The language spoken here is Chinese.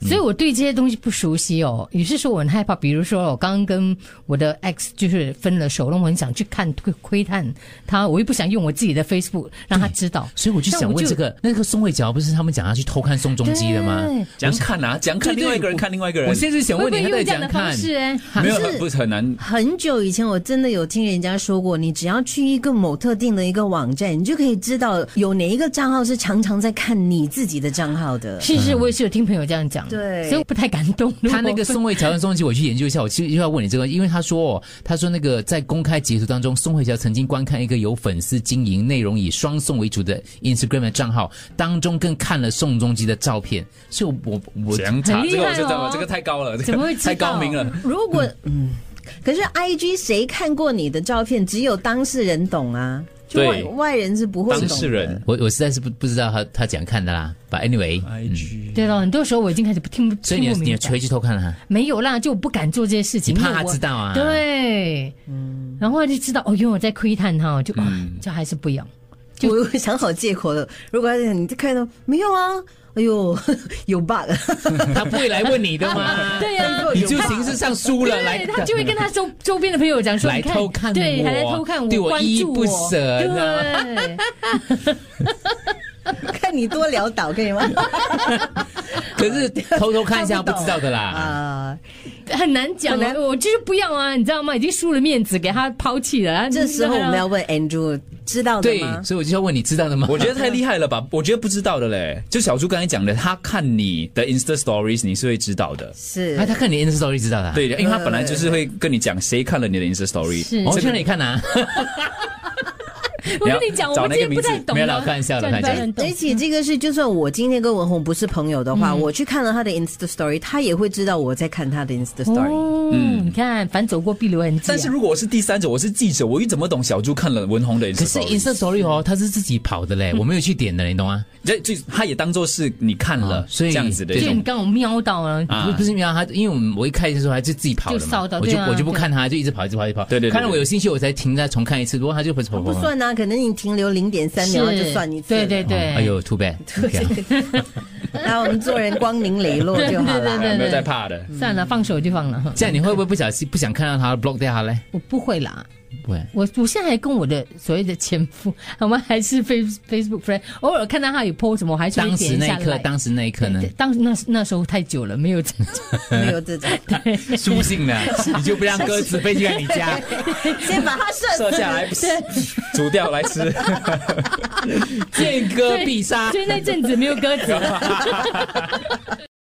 所以我对这些东西不熟悉哦，也是说我很害怕。比如说，我刚刚跟我的 ex 就是分了手，那我很想去看窥窥探他，我又不想用我自己的 Facebook 让他知道。所以我就但想我问就这个，那个宋慧乔不是他们讲要去偷看宋仲基的吗？对怎样看啊？怎样看对对另外一个人看另外一个人？我现在就想会问不你，会他用这在样的讲方看，式？哎，没有可很是不是很难。很久以前，我真的有听人家说过，你只要去一个某特定的一个网站，你就可以知道有哪一个账号是常常在看你自己的账号的。是是，我也是有听朋友这样讲，对所以我不太敢动。他那个如果宋慧乔跟宋仲基，我去研究一下。我其实又要问你这个，因为他说、哦，他说那个在公开截图当中，宋慧乔曾经观看一个由粉丝经营、内容以双宋为主的 Instagram 的账号，当中更看了宋仲基的照片。所以我，我我怎样查？很厉这个我害就知道哦了，这个太高了，这个怎么会知道太高明了？如果嗯，可是 I G 谁看过你的照片，只有当事人懂啊，就外对外人是不会懂的。当事人我我实在是不不知道他他讲看的啦。But anyway，、嗯、哎 IG 对了，很多时候我已经开始不听不所以听你不你明有白吹。去偷看了、啊？没有啦，就我不敢做这些事情，你怕因为他我知道啊对，嗯，然后就知道哦，因为我在窥探他，我就啊，这还是不一样。我我想好借口了。如果你看到没有啊？哎呦， 有 bug，他不会来问你的 嘛？对呀、你就形式上输了，来对，他就会跟他周 周边的朋友讲说，来你看偷看对，我还来偷看我，对我关注依依不我舍 对，看你多潦倒可以吗？ 可是偷偷看一下看不不懂知道 的啦。啊、很难讲啊很难，我就是不要啊，你知道吗？已经输了面子，给他抛弃了。这时候我们要问 Andrew 知道的对吗，？所以我就要问你知道 的吗？我觉得太厉害了吧？我觉得不知道的嘞，就小猪刚才讲的，他看你的 Insta Stories，你是会知道的。是啊，他看你 Insta Story 知道的、啊。对的，因为他本来就是会跟你讲谁看了你的 Insta Story，是哦，我去哪里看啊？我跟你讲，我找们那今天不个名字太懂啊没有了啦开玩笑这的样开玩不笑然懂嗯而且这个是，就算我今天跟文红不是朋友的话，我去看了他的 Insta Story，他也会知道我在看他的 Insta Story。嗯哦，嗯你看，反走过必留痕迹啊。但是如果我是第三者，我是记者，我又怎么懂小猪看了文红的可 Insta 是 Story？ Insta Story 哦，他是自己跑的嘞，嗯我没有去点的，你懂吗？这这他也当做是你看了啊哦，所以这样子的一就你种。刚我瞄到了，不不是没有啊他，因为我们我一开始的时候还是自己跑的啊就嘛扫，到我对就啊我就不对看他，就一直跑一直跑一直跑。对对对看到我对有兴趣我才停再重看一次，不过他就跑跑不跑。算啊，可能你停留零点三是秒就算一次。对对，对，哎呦，too bad。 那我们做人光明磊落就好对对对 了。没有在怕的，算了，放手就放了。这样你会不会不小心不想看到他 block 掉他嘞？我不会啦，不会。我我现在还跟我的所谓的前夫， 我们还是 Face Facebook friend，偶尔看到他有 po 什么，我还是会当时点一那下一刻，来当时那一刻呢？当那那时候太久了，没有 没有这种，书信呢？你就不让鸽子 飞进来你家？先把他射射下来， 煮掉来吃。剑所鸽以必杀。所以那阵子没有鸽子了。